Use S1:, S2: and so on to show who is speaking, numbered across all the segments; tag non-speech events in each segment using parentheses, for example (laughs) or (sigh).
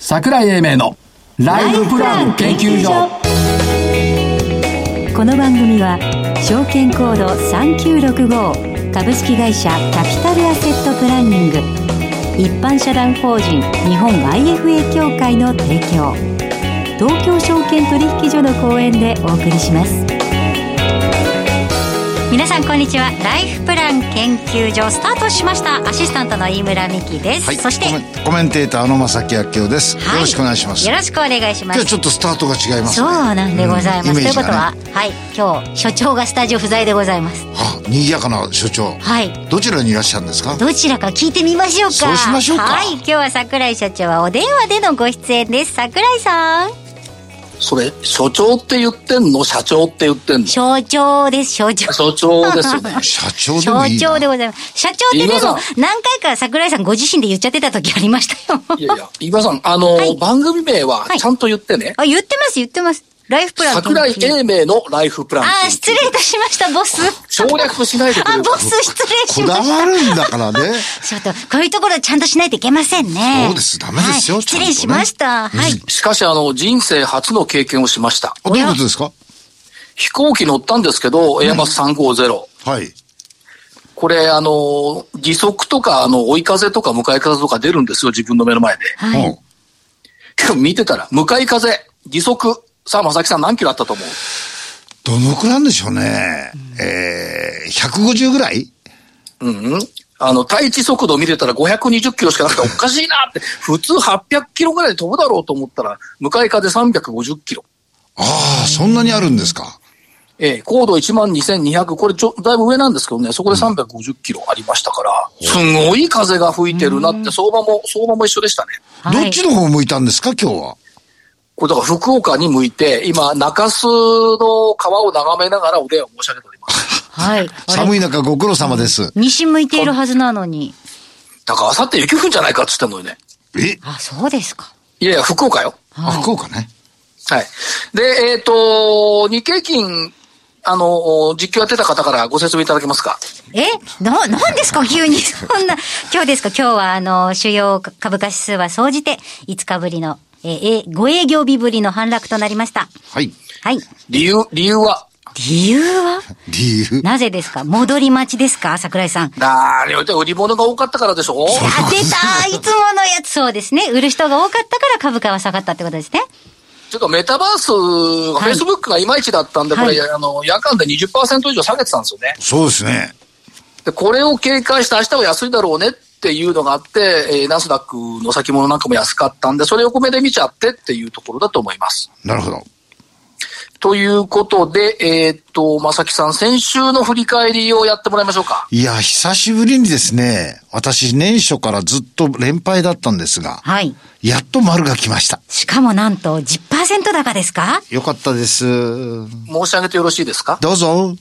S1: 桜井英明のライフプラン研究所
S2: この番組は証券コード3965株式会社キャピタルアセットプランニング一般社団法人日本 IFA 協会の提供東京証券取引所の講演でお送りします皆さんこんにちはライフプラン研究所スタートしましたアシスタントの飯村美希です、
S3: はい、
S2: そして
S3: コメコメンテーターの正木明夫です、
S2: は
S3: よろしくお願いします
S2: よ
S3: 今
S2: ろしくお願いしま
S3: 日
S2: す
S3: はちょっとスタートが違います
S2: そう
S3: ね
S2: なんでございます、
S3: うん
S2: と
S3: イメ
S2: い
S3: ー
S2: う
S3: ジ
S2: こ
S3: が
S2: と
S3: ね
S2: は、はい今日所長がスタジオ不在でございます
S3: あ賑やかな所長
S2: はい
S3: どちらにいらっしゃるんですか
S2: どちらか聞いてみましょうか
S3: そうしましょうか
S2: はい今日は桜井社長はお電話でのご出演です桜井さん
S4: それ、所長って言ってんの社長って言って
S2: (laughs)
S4: んの
S2: 所長です所長
S4: 所長ですよね。
S3: 社長で
S2: 所
S3: もいい
S2: 長
S3: な
S2: でございます社長って
S4: 飯
S2: でも
S4: 村さん
S2: 何回か桜井さんご自身で言っちゃってた時ありましたよ
S4: いやいや、飯村さん、あの、
S2: はい
S4: 番組名は
S2: はい
S4: ちゃんと言ってね。
S2: あ言ってます言ってますライフプラン
S4: 桜井英明のライフプラン。
S2: あー失礼いたしましたボス
S4: 省略しないでく
S2: あ
S4: れる
S2: ボス失礼し
S3: こ
S2: ま
S3: だ
S2: した
S3: わるんだか
S2: (laughs)
S3: らね
S2: ちょっと、こういうところちゃんとしないといけませんね。
S3: そうですダメですよ
S2: はい失
S3: ちゃんとね
S2: 礼しました。はい。
S4: しかし、あの、人生初の経験をしました。
S3: あどういうことですか
S4: 飛行機乗ったんですけど、エアバス350。
S3: はい
S4: これ、あの、時速とか、あの、追い風とか向かい風とか出るんですよ、自分の目の前で。
S2: は
S3: うん
S2: い。
S4: 見てたら、向かい風、時速。さあ、正木さん何キロあったと思う
S3: どのくらいなんでしょうね、えー、150ぐらい
S4: うんうんあの、対地速度見てたら520キロしかなくておかしいなって、普通800キロぐらいで飛ぶだろうと思ったら、向かい風350キロ。
S3: ああそんなにあるんですか
S4: ええ高度12,200、これちょ、だいぶ上なんですけどね、そこで350キロありましたから、すごい風が吹いてるなって、相場も、相場も一緒でしたね。
S2: はい
S3: どっちの方向いたんですか今日は
S4: これだから福岡に向いて、今、中洲の川を眺めながらお電話申し上げております。
S2: はい。
S3: 寒
S2: い。
S3: い中ご苦労様です
S2: 西向いているはずなのに。
S4: だから、あさって雪降るんじゃないかって言ってんのよね。
S3: え
S2: あ、そうですか。
S4: いやいや、福岡よ。
S3: あ
S2: はい。
S3: 福岡ね
S4: はい。で、えっ、と、日経金、あの、実況やってた方からご説明いただけますか。
S2: えな、なんですか急に (laughs) そんな。今日ですか今日は、あの、主要株価指数は総じて5日ぶりの、えー、えー、5営業日ぶりの反落となりました。
S3: はい
S2: はい。
S4: 理由、理由は
S2: 理由は
S3: 理由
S2: なぜですか戻り待ちですか桜井さん。
S4: なーにおいて売り物が多かったからでしょ
S2: いや、出たいつものやつそうですね。売る人が多かったから株価は下がったってことですね。
S4: ちょっとメタバース、
S2: は
S4: フ
S2: い
S4: ェイスブックがいまいちだったんで、これ、
S2: はい
S4: あの、夜間で20%以上下げてたんですよね。
S3: そうですね
S4: で、これを警戒して明日は安いだろうねっていうのがあって、えーナスダックの先物なんかも安かったんで、それを横目で見ちゃってっていうところだと思います。
S3: なるほど
S4: ということで、えーっと、まさきさん、先週の振り返りをやってもらいましょうか。
S3: いや、久しぶりにですね、私年初からずっと連敗だったんですが、
S2: はい。
S3: やっと丸が来ました。
S2: しかもなんと10%高ですか
S3: よかったです。
S4: 申し上げてよろしいですか
S3: どうぞ。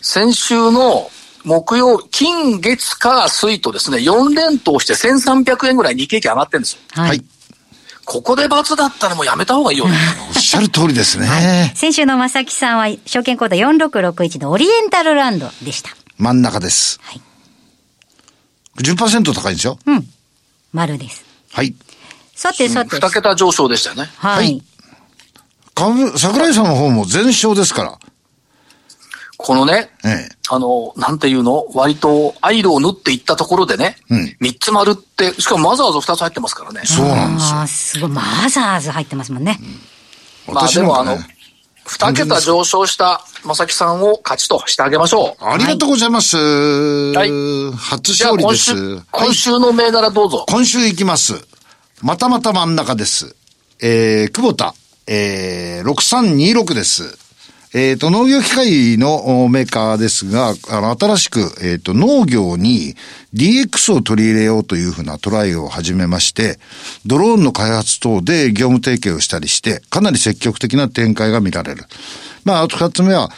S4: 先週の木曜、金、月、火、水とですね、4連投して1300円ぐらい日経平均上がってるんですよ。
S2: は
S3: はい。
S4: ここで罰だったらもうやめた方がいいよね。
S3: おっしゃる通りですね。
S2: 先週の正木さんは、証券コード4661のオリエンタルランドでした。
S3: 真ん中です。
S2: はい
S3: 10%高いんですよ。
S2: うん。丸です。
S3: はい。
S2: さてさて。
S4: 2桁上昇でしたよね。
S2: は
S3: はいい。株、桜井さんの方も全勝ですか
S4: このね、
S3: ら。ええ。
S4: あの、なんていうの割と、アイロを縫っていったところでね、
S3: うん
S4: 三3つ丸って、しかもわざわざ2つ入ってますからね。
S3: そうなんですよ。
S2: ああ、すごい。マザーズ入ってますもんね。
S4: まあ
S3: 私
S4: で
S3: の
S4: も
S3: 方
S4: あ
S3: が
S4: の
S3: ね、、
S4: 2桁上昇した正木さんを勝ちとしてあげましょう。
S3: ありがとうございます。
S4: はい
S3: 初
S4: じゃあ
S3: 勝利
S4: 今
S3: で
S4: 週
S3: す。、
S4: 今週の銘柄どうぞ。
S3: 今週行きます。またまた真ん中です。えー、久保田、えー、6326です。えー、と、農業機械のおメーカーですが、あの、新しく、えー、と、農業に DX を取り入れようというふうなトライを始めまして、ドローンの開発等で業務提携をしたりして、かなり積極的な展開が見られる。まあ、あと二つ目は、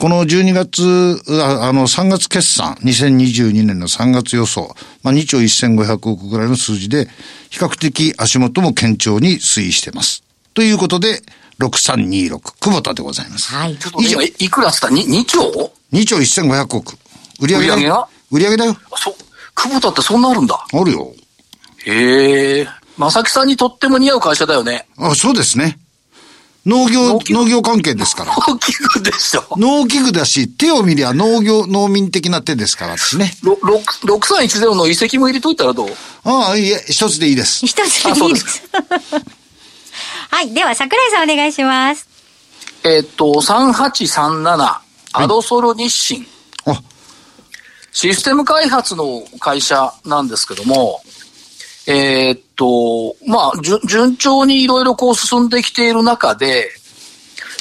S3: この12月、ああの、3月決算、2022年の3月予想、まあ、2兆1500億ぐらいの数字で、比較的足元も堅調に推移してます。ということで、6326、久保田でございます。
S2: はい。
S4: ちょっとね今いいくらっつった ?2 兆
S3: 2兆1500億。売上
S4: 売上
S3: だ
S4: が
S3: よ。売上だよ。
S4: そう。久保田ってそんなあるんだ。
S3: あるよ。
S4: へえ。正木さんにとっても似合う会社だよね。 (laughs)
S3: あ、そうですね。農業、
S4: 農
S3: 農業
S4: 業
S3: 関係ですから。
S4: 大きくでしょ。
S3: 農機具だし、手を見りゃ農業、農民的な手ですからですね。
S4: ろろく6310の遺跡も入れといたらどう
S3: ああ、いいえ、一つでいいです。
S2: 一つでいいです。はい。では、桜井さんお願いします。
S4: えっと、3837、アドソロ日清。
S3: あ、 (laughs)
S4: システム開発の会社なんですけども、えーっと、まあ、順順調にいろいろこう進んできている中で、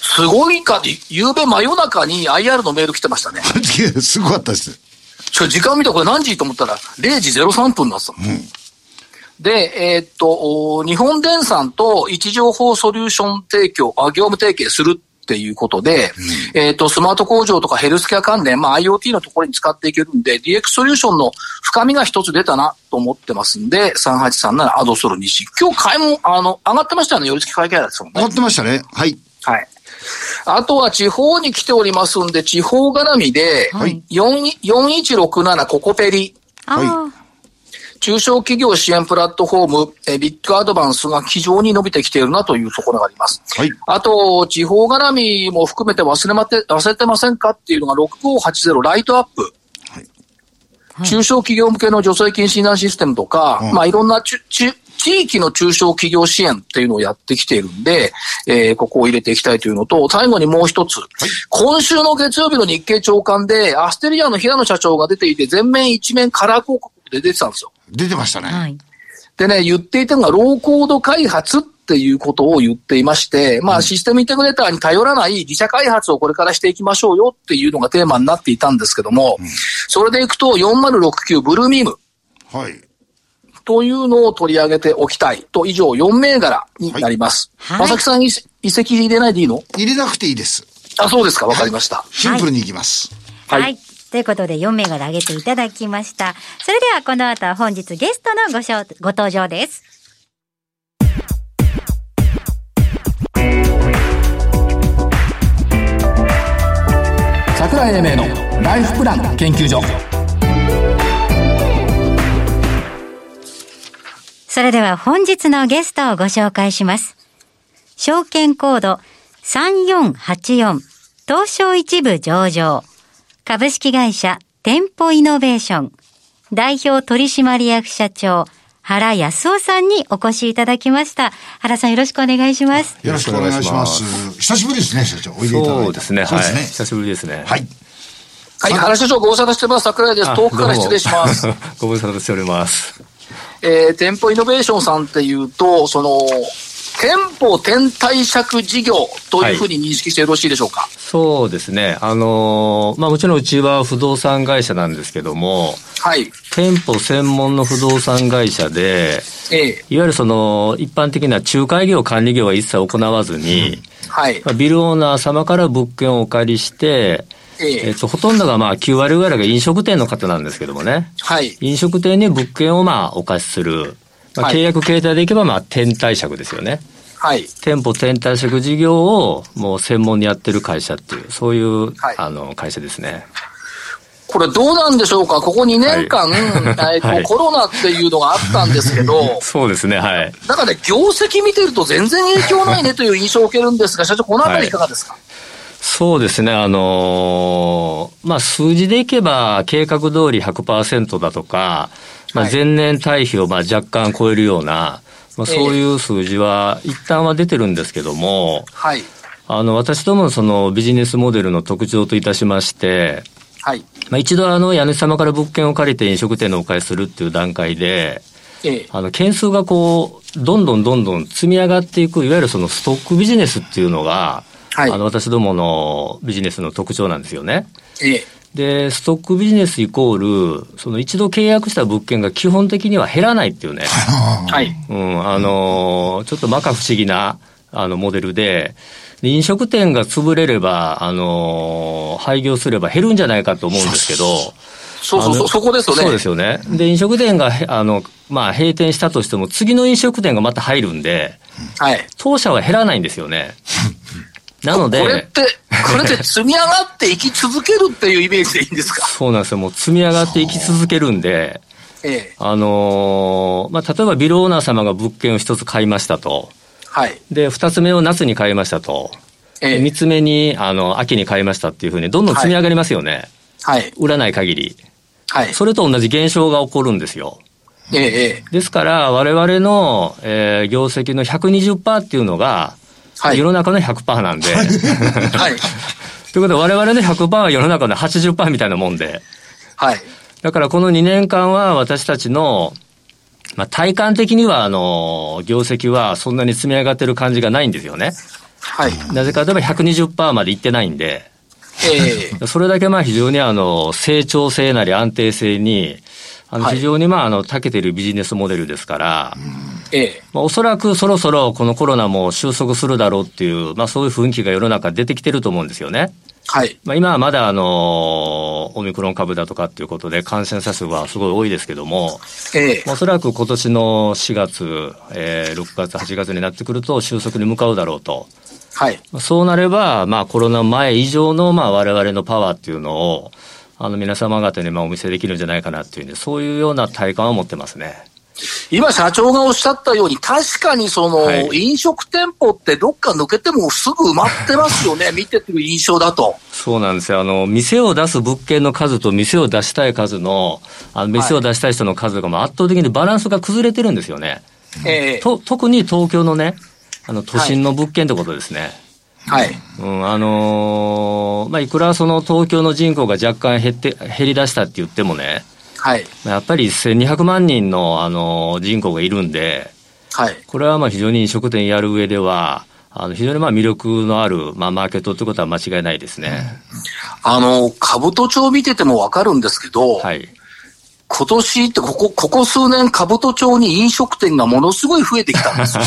S4: すごいかに、ゆうべ真夜中に IR のメール来てましたね。
S3: すごかったです。
S4: ちょ、時間見たこれ何時と思ったら、0時03分になってたの。で、えーっと、お日本電産と位置情報ソリューション提供、あ業務提携するっていうことで、えーっと、スマート工場とかヘルスケア関連、まあ IoT のところに使っていけるんで、DX ソリューションの深みが一つ出たなと思ってますんで、3837アドソル日清。今日買いも、あの、上がってましたよね、寄り付き買い替えですもんね
S3: 上が。ってましたね。はい。
S4: はい。あとは地方に来ておりますんで、地方絡みで、
S2: はい
S4: 4 4167ココペリ、
S2: ああ、
S4: 中小企業支援プラットフォーム、えービッグアドバンスが非常に伸びてきているなというところがあります。
S3: はい。
S4: あと、地方絡みも含めて忘れまて、忘れてませんかっていうのが6580ライトアップ。中小企業向けの助成金診断システムとか、
S3: うん
S4: まあいろんなちゅちゅ地域の中小企業支援っていうのをやってきているんで、えーここを入れていきたいというのと、最後にもう一つ、今週の月曜日の日経長官で、アステリアの平野社長が出ていて、全面一面カラー広告で出てたんですよ。
S3: 出てましたね。
S2: はい。
S4: でね、言っていたのが、ローコード開発っていうことを言っていまして、まあ、システムインテグレーターに頼らない自社開発をこれからしていきましょうよっていうのがテーマになっていたんですけども、それでいくと4069ブルーミーム
S3: はい。
S4: というのを取り上げておきたいと、以上4銘柄になります。
S2: はい
S4: まさきさん、い遺跡入れないでいいの
S3: 入れなくていいです。
S4: あ、そうですか、わかりました。
S3: シンプルにいきます。
S2: は。
S4: はいい
S2: ということで、4名が挙げていただきました。それでは、この後は本日ゲストのごしょうご登場です。
S1: 桜井英明のライフプラン研究所
S2: それでは本日のゲストをご紹介します。証券コード3484東証一部上場株式会社店舗イノベーション代表取締役社長原康夫さんにお越しいただきました。原さんよろしくお願いします。
S3: よろしくお願いします。久しぶりですね、社長。おいでいただいて。
S5: そうですね。はい。
S3: そうですね。
S5: 久しぶりですね。
S3: はい。
S4: はい、原社長ご無沙汰してます。桜井です。
S5: あ
S4: 遠
S5: (laughs)
S4: くから失礼します。。
S5: どうもご無沙汰しております。
S4: えー店舗イノベーションさんっていうと、その、店舗転貸借事業というふうに認識してよろしいでしょうか。
S5: そうですね。あのーまあもちろんうちは不動産会社なんですけども、
S4: はい。
S5: 店舗専門の不動産会社で、
S4: ええ
S5: いわゆるその一般的な仲介業、管理業は一切行わずに、
S4: はい。
S5: まあビルオーナー様から物件をお借りして、
S4: え
S5: え
S4: え
S5: っと、ほとんどがまあ9割ぐらいが飲食店の方なんですけどもね。
S4: はい。
S5: 飲食店に物件をまあお貸しする。まあ、
S4: はい
S5: 契約形態でいけばまあ転貸借ですよね。
S4: はい。
S5: 店舗転貸借事業をもう専門にやってる会社っていう、そういう、
S4: はい
S5: あの会社ですね。
S4: これどうなんでしょうかここ2年間、
S5: はい
S4: えーと
S5: はい
S4: コロナっていうのがあったんですけ
S5: (laughs)
S4: ど、
S5: そうですね、はい。
S4: なんかね、業績見てると全然影響ないねという印象を受けるんですが、社長、このあたりいかがですか、
S5: そうですね、あのーまあ、数字でいけば計画通り100%だとか、まあ、
S4: はい
S5: 前年対比をまあ若干超えるような、まあ、そういう数字は一旦は出てるんですけども、
S4: はい。
S5: あの、私どものそのビジネスモデルの特徴といたしまして、
S4: はい。
S5: まあ、一度あの、家主様から物件を借りて飲食店のお返しするっていう段階で、
S4: ええ
S5: あの、件数がこう、どんどんどんどん積み上がっていく、いわゆるそのストックビジネスっていうのが、
S4: はい
S5: あの、私どものビジネスの特徴なんですよね。
S4: ええ
S5: で、ストックビジネスイコール、その一度契約した物件が基本的には減らないっていう
S4: (laughs)
S5: ね。
S4: はい。
S5: うん、あのーちょっと摩訶不思議な、あの、モデルで、で飲食店が潰れれば、あのー廃業すれば減るんじゃないかと思うんですけど、
S4: (laughs) そうそう
S5: あ
S4: そう、
S5: の
S4: そこですよね。
S5: そうですよね。で、飲食店が、へあの、まあ、閉店したとしても、次の飲食店がまた入るんで、
S4: はい。
S5: 当社は減らないんです
S4: (laughs)
S5: よね。なの
S4: これっ
S5: で、
S4: て、これって積み上がっていき続けるっていうイメージでいいんですか
S5: そうなんですよ。もう積み上がっていき続けるんで、
S4: ええ、
S5: あのーまあ、例えばビルオーナー様が物件を一つ買いましたと。
S4: はい。
S5: で、二つ目を夏に買いましたと。
S4: え
S5: 三
S4: え、
S5: つ目に、あの、秋に買いましたっていうふうに、どんどん積み上がりますよね。
S4: はい。
S5: 売らない限り。
S4: はい。
S5: それと同じ現象が起こるんですよ。
S4: ええ、ええ、
S5: ですから、我々の、えー業績の120%っていうのが、
S4: はい
S5: 世の中の100%なんで。 (laughs)
S4: はい。
S5: ということで、我々の100%は世の中の80%みたいなもんで。
S4: はい。
S5: だからこの2年間は私たちの、まあ、体感的には、あの、業績はそんなに積み上がってる感じがないんですよね。
S4: はい。
S5: なぜかといえば120%までいってないんで、
S4: ええ、
S5: それだけまあ非常にあの、成長性なり安定性に、あの、
S4: はい
S5: 非常にまああの、長けてるビジネスモデルですから、
S4: ええ、
S5: まあ、おそらくそろそろこのコロナも収束するだろうっていう、まあそういう雰囲気が世の中出てきてると思うんですよね。
S4: はい。
S5: まあ、今はまだあのオミクロン株だとかっていうことで感染者数はすごい多いですけども、
S4: ええ、
S5: おそらく今年の4月、えー6月、8月になってくると収束に向かうだろうと。
S4: はい。
S5: そうなれば、まあコロナ前以上のまあ我々のパワーっていうのを、あの皆様方にまあお見せできるんじゃないかなっていうね、そういうような体感を持ってますね。
S4: 今、社長がおっしゃったように、確かにその、
S5: はい
S4: 飲食店舗ってどっか抜けてもすぐ埋まってます
S5: (laughs)
S4: よね、見てる印象だと。
S5: そうなんですよ。あの、店を出す物件の数と店を出したい数の、あの店を出したい人の数がもう圧倒的にバランスが崩れてるんですよね。
S4: ええ、
S5: と特に東京のね、あの都心の物件ってことですね。
S4: はい。
S5: うん、あのーまあ、いくらその東京の人口が若干減って、減り出したって言ってもね、
S4: はい。
S5: やっぱり1200万人の、あのー人口がいるんで、
S4: はい。
S5: これはまあ非常に飲食店やる上では、あの非常にまあ魅力のある、まあ、マーケットってことは間違いないですね。
S4: あの、兜町見ててもわかるんですけど、 (laughs)
S5: はい。
S4: 今年ってここ、ここ数年、兜町に飲食店がものすごい増えてきたん
S5: (laughs)
S4: ですよ。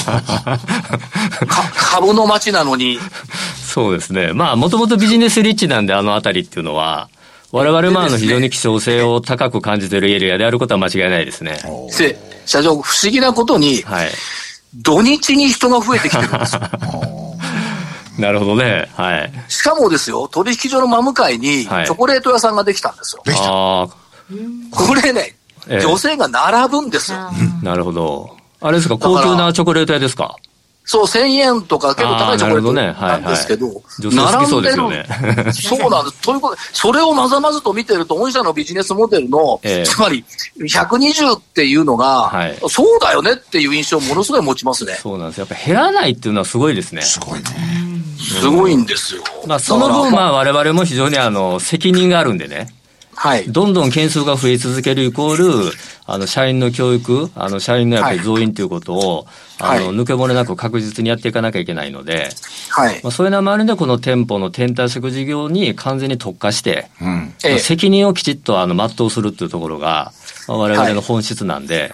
S4: か株の街なのに。
S5: そうですね。まあ、もともとビジネスリッチなんで、あの辺りっていうのは、我々もあ
S4: でで
S5: の
S4: すね
S5: 非常に希少性を高く感じてるエリアであることは間違いないですね。
S4: で、社長、不思議なことに、
S5: はい。
S4: 土日に人が増えてきてるんです
S5: (laughs)
S4: よ。
S5: なるほどね。はい。
S4: しかもですよ、取引所の真向かいに、チ
S5: はい
S4: ョコレート屋さんができたんですよ。
S3: できた。
S5: ああ、
S4: これね、
S5: ええ
S4: 女性が並ぶんですよ。
S5: なるほど。あれですか、高級なチョコレート屋ですか
S4: そう、1000円とか結構高いチョコレート
S5: あーなるほどね
S4: な
S5: は
S4: いんですけど、
S5: 女性好きそうですよね
S4: 並んでる
S5: (laughs)
S4: そうなんです。ということで、それをまざまざと見てると、御社のビジネスモデルの、
S5: ええ
S4: つまり120っていうのが、
S5: はい
S4: そうだよねっていう印象をものすごい持ちますね。
S5: そうなんです。やっぱ減らないっていうのはすごいですね。
S3: すごいね。
S4: すごいんですよ。
S5: まあ、その
S4: だ
S5: 分、
S4: から
S5: まあ、我々も非常にあの、責任があるんでね。
S4: はい。
S5: どんどん件数が増え続けるイコール、あの、社員の教育、あの、社員のやっぱり増員ということを、
S4: はい
S5: あの、抜け漏れなく確実にやっていかなきゃいけないので、
S4: はい。
S5: まあ、そういう流れでこの店舗の店退職事業に完全に特化して、
S3: うん。
S4: え
S5: まあ
S4: え、
S5: 責任をきちっとあの、全うするっていうところが、まあ我々の本質なんで、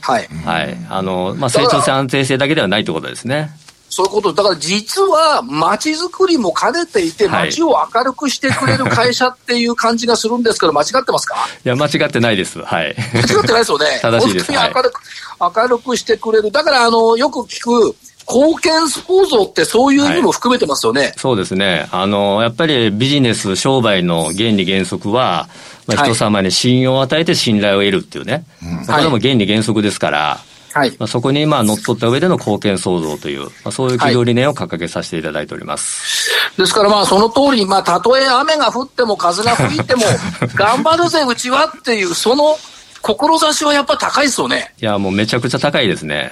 S4: はい。
S5: はい。あの、まあ、成長性安定性だけではないってことです
S4: (laughs)
S5: ね。
S4: そういうこと。だから実は街づくりも兼ねていて、
S5: はい
S4: 街を明るくしてくれる会社っていう感じがするんです
S5: (laughs)
S4: けど、間違ってますか
S5: いや、間違ってないです。はい。。
S4: 間違ってないですよね
S5: (laughs) 正しいです
S4: 本当に明るく、明るくしてくれる。だから、あの、よく聞く、貢献創造ってそういう意味も含めてますよね。
S5: そうですね。あの、やっぱりビジネス、商売の原理原則は、まあ、
S4: はい
S5: 人様に信用を与えて信頼を得るっていうね。これも原理原則ですから、
S4: はい。
S5: まあ、そこにまあ乗っ取った上での貢献創造という、まあ、そういう企業理念を掲げさせていただいております。
S4: ですからまあその通り、まあたとえ雨が降っても風が吹い
S5: (laughs)
S4: ても、頑張るぜうちはっていう、その志はやっぱ高いですよね。
S5: い、や、もうめちゃくちゃ高いですね。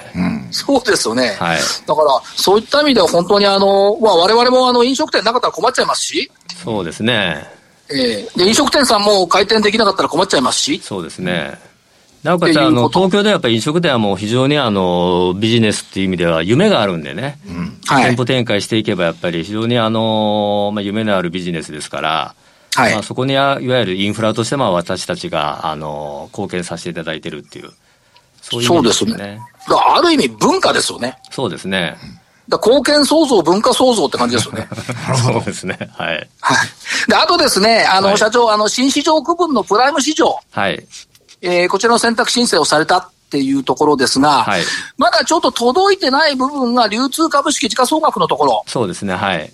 S4: そうですよね。
S5: はい
S4: だから、そういった意味では本当にあの、まあ我々もあの飲食店なかったら困っちゃいますし、
S5: そうですね。
S4: えーで飲食店さんも開店できなかったら困っちゃいますし、
S5: そうですね。なおかつ、
S4: ってい
S5: あ
S4: うこと
S5: の、東京ではやっぱり飲食店はもう非常にあの、ビジネスっていう意味では夢があるんでね。
S4: はい
S5: 店舗展開していけばやっぱり非常にあの、まあ、夢のあるビジネスですから、
S4: はい
S5: まあ、そこにあいわゆるインフラとしてまあ私たちがあの貢献させていただいてるっていう、そ意味
S4: そうですね。だからある意味文化ですよね。
S5: そうですね。
S4: だから貢献創造、文化創造って感じですよ
S5: (laughs)
S4: ね。
S5: そうですね。はい。
S4: はい。で、あとですね、あの、
S5: はい
S4: 社長、あの、新市場区分のプライム市場、
S5: はい。
S4: えーこちらの選択申請をされたっていうところですが、
S5: はい
S4: まだちょっと届いてない部分が流通株式時価総額のところ、
S5: そうですね。はい。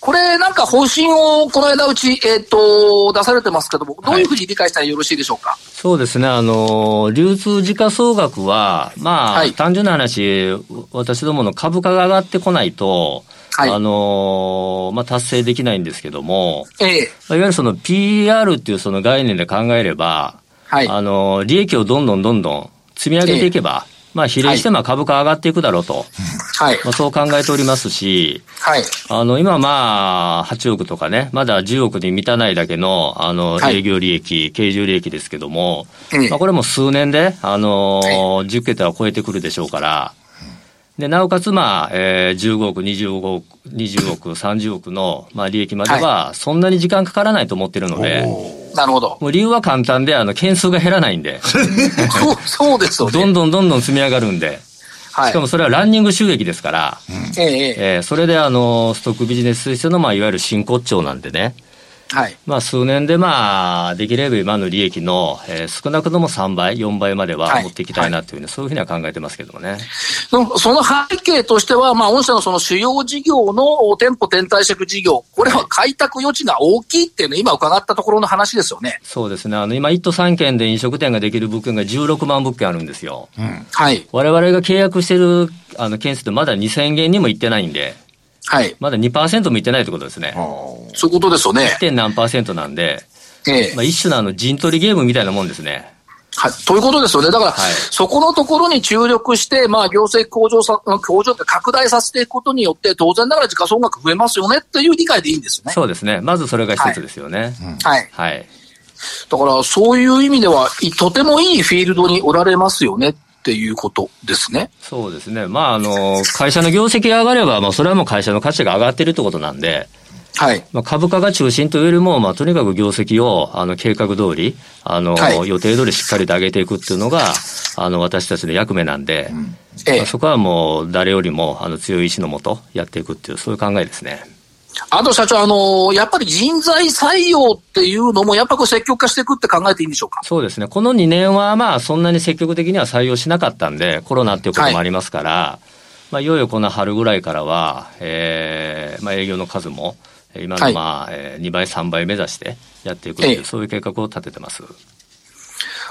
S4: これなんか方針をこの間うち、えっ、と、出されてますけども、どういうふうに理解したらよろしいでしょうか。
S5: そうですね、あの、流通時価総額は、まあ、
S4: はい
S5: 単純な話、私どもの株価が上がってこないと、
S4: はい
S5: あの、まあ、達成できないんですけども、
S4: ええ
S5: まあいわゆるその PR っていうその概念で考えれば、
S4: はい。
S5: あの、利益をどんどんどんどん積み上げていけば、まあ、比例してまあ株価上がっていくだろうと、
S4: はい。
S5: まあ、そう考えておりますし、
S4: はい。
S5: あの、今まあ、8億とかね、まだ10億に満たないだけの、あの、
S4: はい
S5: 営業利益、経常利益ですけども、
S4: ええ
S5: まあ、これも数年で、あのー10桁を超えてくるでしょうから、で、なおかつまあ、えー15億、25億、20億、30億の、まあ、利益までは、そんなに時間かからないと思ってるので、
S4: なるほど。
S5: もう理由は簡単で、あの、件数が減らないんで、
S4: (laughs) そう、 (laughs) そうですよ
S5: ど
S4: ね。
S5: んどんどんどん積み上がるんで、
S4: はい。
S5: しかもそれはランニング収益ですから、
S4: ええええ
S5: えーそれであのストックビジネスとしての、まあ、いわゆる真骨頂なんでね、
S4: はい。
S5: まあ、数年で、まあ、できれば今の利益の、えー少なくとも3倍、4倍までは
S4: はい
S5: 持っていきたいなというふうに、そういうふうには考えてますけどもね。
S4: そのその背景としては、まあ、御社のその主要事業のお店舗転退借事業、これは開拓余地が大きいっていうの、今伺ったところの話ですよね。
S5: そうですね、あの今、1都3県で飲食店ができる物件が16万物件あるんですよ。
S4: はい。
S5: 我々が契約してるあの件数ってまだ2000件にも行ってないんで、
S4: はい。
S5: まだ2%も行ってないってことですね。
S4: そういうことですよね。
S5: 1. 何パーセントなんで、
S4: ええ
S5: まあ、一種のあの陣取りゲームみたいなもんですね。
S4: はい。ということですよね。だから、
S5: はい
S4: そこのところに注力して、まあ、行政向上さ、向上って拡大させていくことによって、当然ながら時価総額増えますよねっていう理解でいいんですよね。
S5: そうですね。まずそれが一つですよね。
S4: はい。
S5: はい。
S4: だから、そういう意味では、いとてもいいフィールドにおられますよねっていうことですね。
S5: そうですね。まあ、あの、会社の業績が上がれば、まあ、それはもう会社の価値が上がってるってことなんで、
S4: はい。
S5: まあ、株価が中心というよりも、まあ、とにかく業績を、あの、計画通り、あの、
S4: はい
S5: 予定通りしっかりと上げていくっていうのが、あの、私たちの役目なんで、
S4: え
S5: ま
S4: え
S5: あ、。そこはもう、誰よりも、あの、強い意志のもと、やっていくっていう、そういう考えですね。
S4: あと社長、あのやっぱり人材採用っていうのも、やっぱこう積極化していくって考えていいんでしょうか。
S5: そうですね。この2年は、まあ、そんなに積極的には採用しなかったんで、コロナっていうこともありますから、い、まあ、いよいよこの春ぐらいからは、えーまあ、営業の数も、えー今
S4: は
S5: の、
S4: い
S5: まあ、え2倍、3倍目指してやっていくっていう、
S4: ええ
S5: そういう計画を立ててます。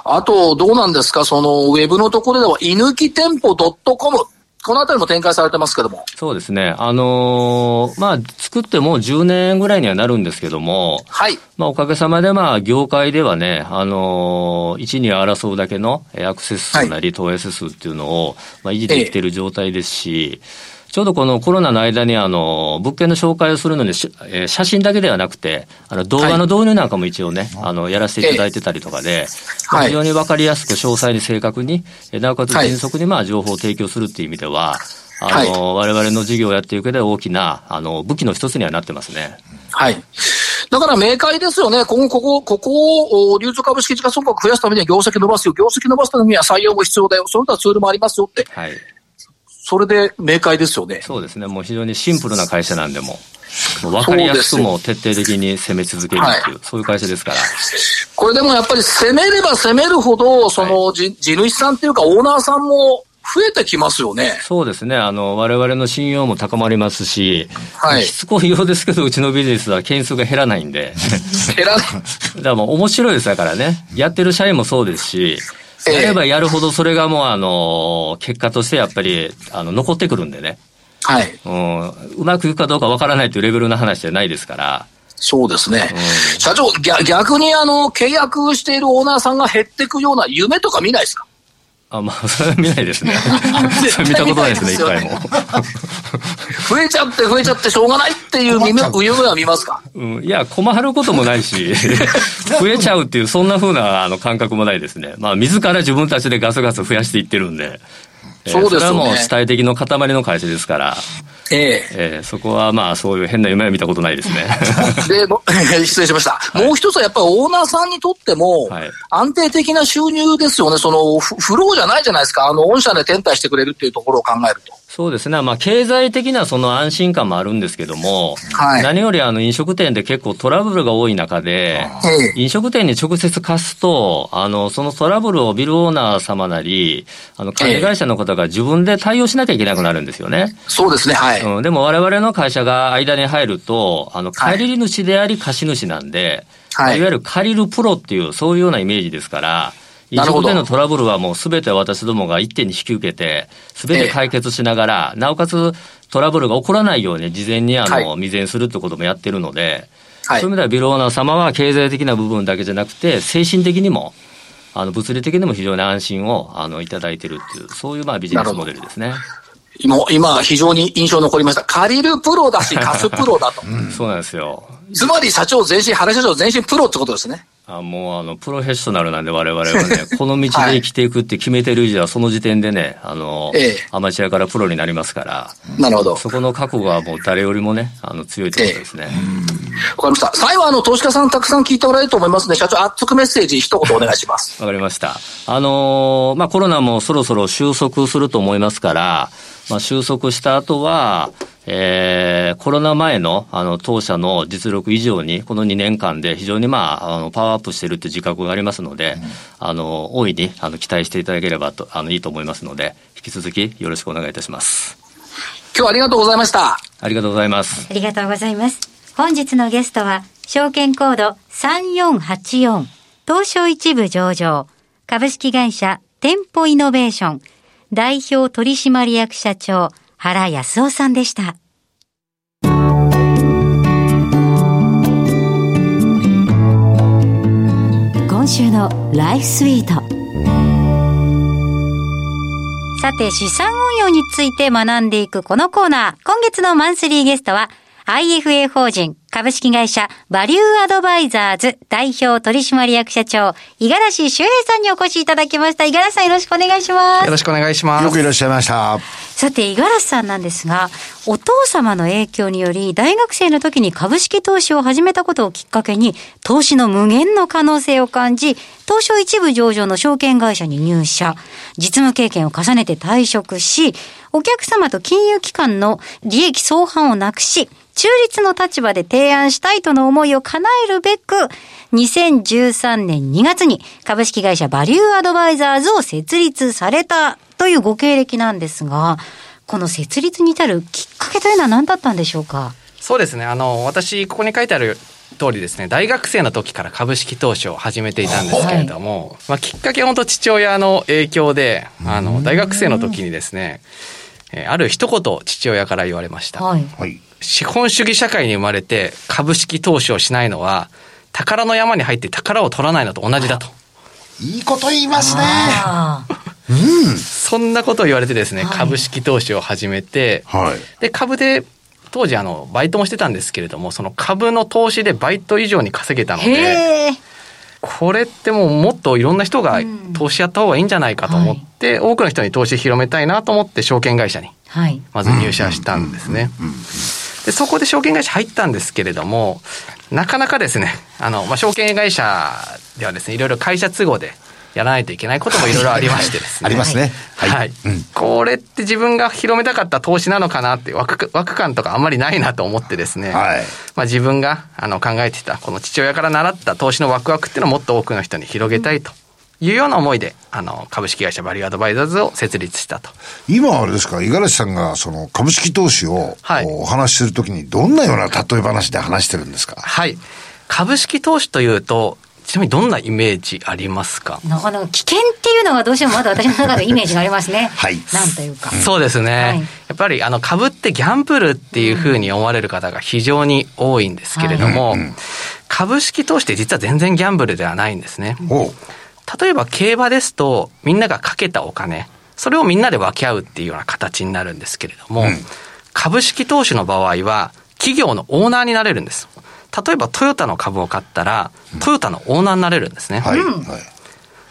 S4: あと、どうなんですか、そのウェブのところでは、いぬき店舗 .com、このあたりも展開されてますけども、
S5: そうですね。あのーまあ、作ってもう10年ぐらいにはなるんですけども、
S4: はい、
S5: まあ、おかげさまで、まあ、業界ではね、あのー、一に争うだけのえーアクセス数なり投影数っていうのを、まあ、維持できている状態ですし、ちょうどこのコロナの間に、あのー、物件の紹介をするのにし、えー写真だけではなくて、あの、動画の導入なんかも一応ね、あの、やらせていただいてたりとかで、まあ
S4: はい
S5: 非常にわかりやすく詳細に正確に、えーなおかつ
S4: はい
S5: 迅速に、まあ、情報を提供するっていう意味では、あ
S4: はい
S5: のー、我々の事業をやっていく上で大きな、あの、武器の一つにはなってますね。
S4: はい。だから明快ですよね、今後、ここここをお流通株式時価総額増やすためには業績伸ばすよ、業績伸ばすためには採用も必要だよ、それとはツールもありますよって、
S5: はい。
S4: それで明快ですよね。
S5: そうですね、もう非常にシンプルな会社なんでも、もう分かりやすくもう徹底的に攻め続けるっていう、そういう会社ですから、
S4: これでもやっぱり攻めれば攻めるほど、そのじ地主さんっていうか、オーナーさんも増えてきますよね。
S5: そうですね、あの我々の信用も高まりますし、
S4: はい
S5: しつこいようですけど、うちのビジネスは件数が減らないんで、 (laughs)
S4: 減ら
S5: だからもう面白いですだからね、やってる社員もそうですし、
S4: ええ
S5: やればやるほどそれがもう、あの結果としてやっぱりあの残ってくるんでね、
S4: はい。
S5: うん、うまくいくかどうか分からないというレベルの話じゃないですから。
S4: そうですね。
S5: ん
S4: 社長、逆逆にあの、契約しているオーナーさんが減っていくような夢とか見ないですか。
S5: あまあ、それは見ない (laughs) ですねそれ見たことないですね、一
S4: 絶対
S5: 回
S4: 見
S5: も
S4: な。増えちゃって増えちゃってしょうがないっていう夢夢は見ますか
S5: うん、いや、困ることもな
S4: (laughs)
S5: いし、増えちゃうっていう、そんな風なあの感覚もないですね。まあ、自ら自分たちでガスガス増やしていってるんで。えー
S4: そうですよね
S5: れはもう主体的の塊の会社ですから、
S4: ええ。
S5: えーそこはまあ、そういう変な夢は見たことないです
S4: (laughs)
S5: ね。
S4: で、も失礼しました。もう (laughs) 一つはやっぱりオーナーさんにとっても
S5: はい、
S4: 安定的な収入ですよね。その、ふ不労じゃないじゃないですか。あの、御社で転退してくれるっていうところを考えると。
S5: そうですね。まあ、経済的なその安心感もあるんですけども、
S4: はい
S5: 何よりあの飲食店で結構トラブルが多い中で、
S4: ええ
S5: 飲食店に直接貸すと、あの、そのトラブルをビルオーナー様なり、あの、管理会社の方が自分で対応しなきゃいけなくなるんですよね。
S4: そうですね、はい。
S5: うん、でも我々の会社が間に入ると、あの、借り主であり貸主なんで、
S4: はい
S5: いわゆる借りるプロっていう、そういうようなイメージですから、飲
S4: なるほ
S5: 食
S4: ど
S5: 店のトラブルはもう全て私どもが一手に引き受けて、全て解決しながら、なおかつトラブルが起こらないように事前にあの、
S4: は
S5: 未然するってこともやってるので、
S4: はい
S5: そういう意味ではビルオーナー様は経済的な部分だけじゃなくて、精神的にも、あの、物理的にも非常に安心を、あの、いただいてるっていう、そういうまあビジネスモデルですね。
S4: もう今、非常に印象に残りました。借りるプロだ
S5: (laughs)
S4: し、貸すプロだと。
S5: そうなんですよ。
S4: つまり、社長全身、原社長全身プロってことですね。
S5: あもうあの、プロフェッショナルなんで我々はね、この道で生きていくって決めてる以上はその時点でね、あの、
S4: ええ
S5: アマチュアからプロになりますから、
S4: なるほど。わか
S5: そこの覚悟はもう誰よりもね、あの、強いってことですね。
S4: りました。最後、あの、投資家さんたくさん聞いておられると思いますので、社長、熱くメッセージ一言お願いします。
S5: わかりました。あのーまあ、コロナもそろそろ収束すると思いますから、まあ、収束した後は、えー、コロナ前の、あの、当社の実力以上に、この2年間で非常に、まあ、あの、パワーアップしてるって自覚がありますので、あの、大いに、あの、期待していただければと、あの、いいと思いますので、引き続きよろしくお願いいたします。
S4: 今日はありがとうございました。
S5: ありがとうございます。
S2: ありがとうございます。本日のゲストは、証券コード3484、東証一部上場、株式会社店舗イノベーション、代表取締役社長、原康夫さんでした。今週のライフスイート。さて、資産運用について学んでいくこのコーナー。今月のマンスリーゲストは、IFA 法人株式会社バリューアドバイザーズ代表取締役社長、五十嵐修平さんにお越しいただきました。五十嵐さんよろしくお願いします
S6: よ。ろしくお願いします。
S3: よくいらっしゃいました。
S2: さて、五十嵐さんなんですが、お父様の影響により、大学生の時に株式投資を始めたことをきっかけに、投資の無限の可能性を感じ、東証一部上場の証券会社に入社、実務経験を重ねて退職し、お客様と金融機関の利益相反をなくし、中立の立場で提案したいとの思いを叶えるべく、2013年2月に株式会社バリューアドバイザーズを設立されたというご経歴なんですが、この設立に至るきっかけというのは何だったんでしょうか
S6: そうですね。あの、私、ここに書いてある通りですね、大学生の時から株式投資を始めていたんですけれども、まあ、きっかけは本当父親の影響で、あの、大学生の時にですね、えーある一言父親から言われました。
S2: はい。
S3: はい。
S6: 資本主義社会に生まれて株式投資をしないのは、宝の山に入って宝を取らないのと同じだと。
S3: いいこと言いますね。
S2: ああ、
S6: そんなことを言われてですね、
S2: はい
S6: 株式投資を始めて、
S3: はい。
S6: で、株で、当時あの、バイトもしてたんですけれども、その株の投資でバイト以上に稼げたので、
S2: へえ。
S6: これってもうもっといろんな人が
S2: ん
S6: 投資やった方がいいんじゃないかと思って、多くの人に投資広めたいなと思って証券会社に
S2: はい。
S6: まず入社したんですね。で、そこで証券会社入ったんですけれども、なかなかですね、あの、まあ、証券会社ではですね、いろいろ会社都合でやらないといけないこともいろいろありましてです
S3: (laughs)
S6: ね。
S3: ありますね。
S6: はい、これって自分が広めたかった投資なのかなっていう枠く枠感とかあんまりないなと思ってですね、
S3: はい
S6: まあ、自分があの考えてたこの父親から習った投資のワクワクっていうのをもっと多くの人に広げたいというような思いであの株式会社バリューアドバイザーズを設立したと。
S3: 今あれですか、五十嵐さんがその株式投資を
S6: はい
S3: お話しするときにどんなような例え話で話してるんですか
S6: はい株式投資というとちなみにどんなイメージありますか
S2: なかなか危険っていうのがどうしてもまだ私の中でイメージがありますね。
S3: はい
S2: なんというか。
S6: そうですね、
S2: はい
S6: やっぱりあの株ってギャンブルっていうふうに思われる方が非常に多いんですけれども、株式投資って実は全然ギャンブルではないんですね。
S3: おう
S6: 例えば競馬ですとみんながかけたお金それをみんなで分け合うっていうような形になるんですけれども、株式投資の場合は企業のオーナーになれるんです例えばトヨタの株を買ったらトヨタのオーナーになれるんですね、
S3: はい。はい。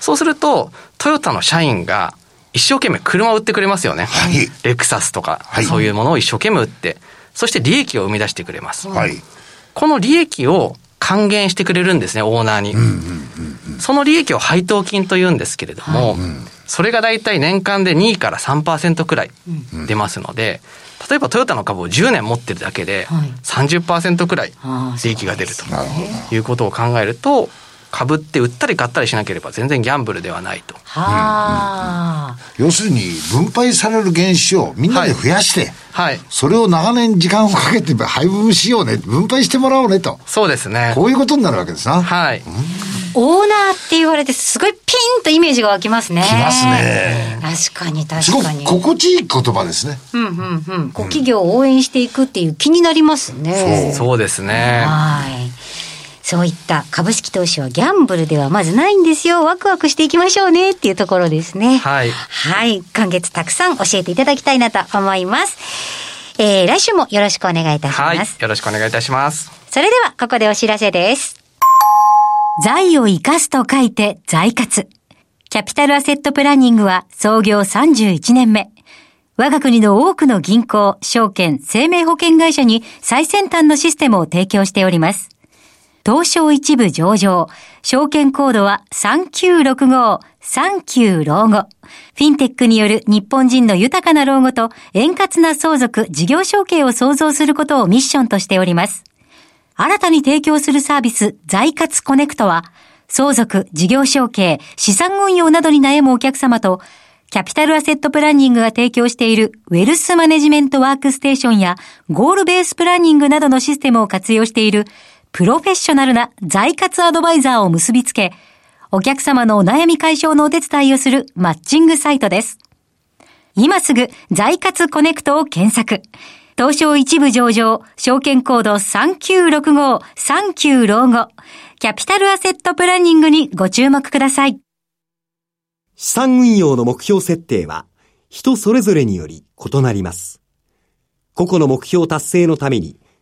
S6: そうするとトヨタの社員が一生懸命車を売ってくれますよね、
S3: はい
S6: レクサスとか、
S3: はい
S6: そういうものを一生懸命売ってそして利益を生み出してくれます、
S3: はい。
S6: この利益を還元してくれるんですね、オーナーに。その利益を配当金と言うんですけれども、それが大体年間で2から3%くらい出ますので、例えばトヨタの株を10年持ってるだけで
S2: はい
S6: 30%くらい
S2: ああ
S6: 利益が出ると
S3: なるほど。
S6: いうことを考えると株って売ったり買ったりしなければ全然ギャンブルではないと。
S2: はあ、
S3: 要するに、分配される原資をみんなで増やして、
S6: はい
S3: それを長年時間をかけて配分しようね、分配してもらおうねと。
S6: そうですね
S3: こういうことになるわけですな。
S6: はい
S2: オーナーって言われてすごいピンとイメージが湧きますね。
S3: きますね。
S2: 確かに確
S3: すごく
S2: かに。
S3: 心地いい言葉ですね。
S2: うんうんうん。こう企業を応援していくっていう気になりますね。
S6: そうですね
S2: はい。そういった株式投資はギャンブルではまずないんですよ。ワクワクしていきましょうねっていうところですね。
S6: はい
S2: はい。今月たくさん教えていただきたいなと思います。えー、来週もよろしくお願いいたし
S6: はい
S2: ます。
S6: よろしくお願いいたします
S2: それでは、ここでお知らせです。財を生かすと書いて財活。キャピタルアセットプランニングは創業31年目。我が国の多くの銀行、証券、生命保険会社に最先端のシステムを提供しております。東証一部上場。証券コードは3965、39老後。フィンテックによる日本人の豊かな老後と円滑な相続、事業承継を創造することをミッションとしております。新たに提供するサービス、財活コネクトは、相続、事業承継、資産運用などに悩むお客様と、キャピタルアセットプランニングが提供しているウェルスマネジメントワークステーションやゴールベースプランニングなどのシステムを活用しているプロフェッショナルな財活アドバイザーを結びつけ、お客様のお悩み解消のお手伝いをするマッチングサイトです。今すぐ、財活コネクトを検索。東証一部上場、証券コード3965、39老後、キャピタルアセットプランニングにご注目ください。
S7: 資産運用の目標設定は人それぞれにより異なります。個々の目標達成のために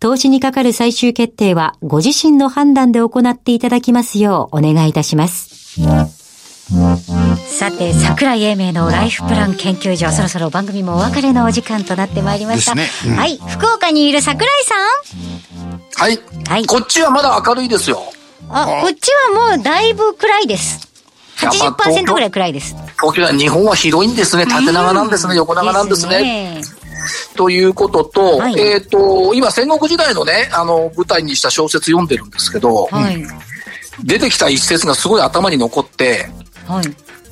S2: 投資にかかる最終決定は、ご自身の判断で行っていただきますようお願いいたします。さて桜井英明のライフプラン研究所そろそろ番組もお別れのお時間となってまいりました、
S3: ですねうん
S2: はい福岡にいる桜井
S4: はい。
S2: はい
S4: こっちはまだ明るいですよ。
S2: さんあこっちはもうだいぶ暗いです80%ぐらい暗いです
S4: 東京は日本は広いんですね。縦長なんですね。横長なんですね。
S2: ですね
S4: ということと、
S2: はい
S4: えっ、と、今戦国時代のね、あの、舞台にした小説読んでるんですけど、
S2: はい
S4: 出てきた一節がすごい頭に残って、
S2: はい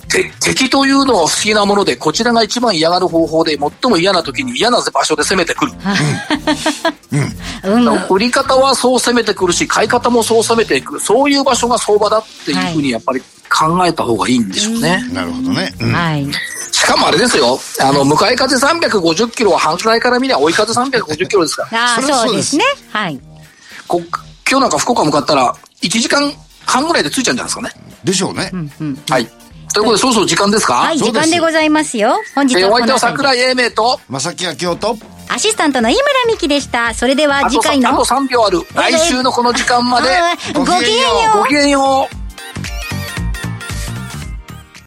S4: て敵というのは不思議なもので、こちらが一番嫌がる方法で、最も嫌な時に嫌な場所で攻めてくる。
S2: (laughs) うん
S4: 売り方はそう攻めてくるし、買い方もそう攻めていく。そういう場所が相場だっていうふうにやっぱり考えた方がいいんでしょうね。
S3: なるほどね。うん
S2: はい
S4: しかもあれですよ、あの、向かい風350キロは反対から見りゃ追い風350キロですから。
S2: ああ
S3: それは
S2: そ
S3: そう
S2: で
S3: うですす
S2: ねはい
S4: こ今日なんか福岡向かったら、1時間半ぐらいで着いちゃうんじゃないですかね。
S3: でしょうね。
S4: はい。ということで、そろそろ時間ですか
S2: はい
S3: そ
S2: 時
S3: うです
S2: 間でございますよ本日
S4: えー
S2: は
S4: お
S2: こ
S4: 相手
S2: の
S4: は
S2: 辺
S4: 桜
S2: り
S4: 井英明と、
S3: 正木明夫と、
S2: でアシスタントの井村美希でしたそれでは
S4: あと
S2: 次回の
S4: あと3秒ある。来週のこの時間まで、
S2: あーごきげんよう
S4: ごきげんよう。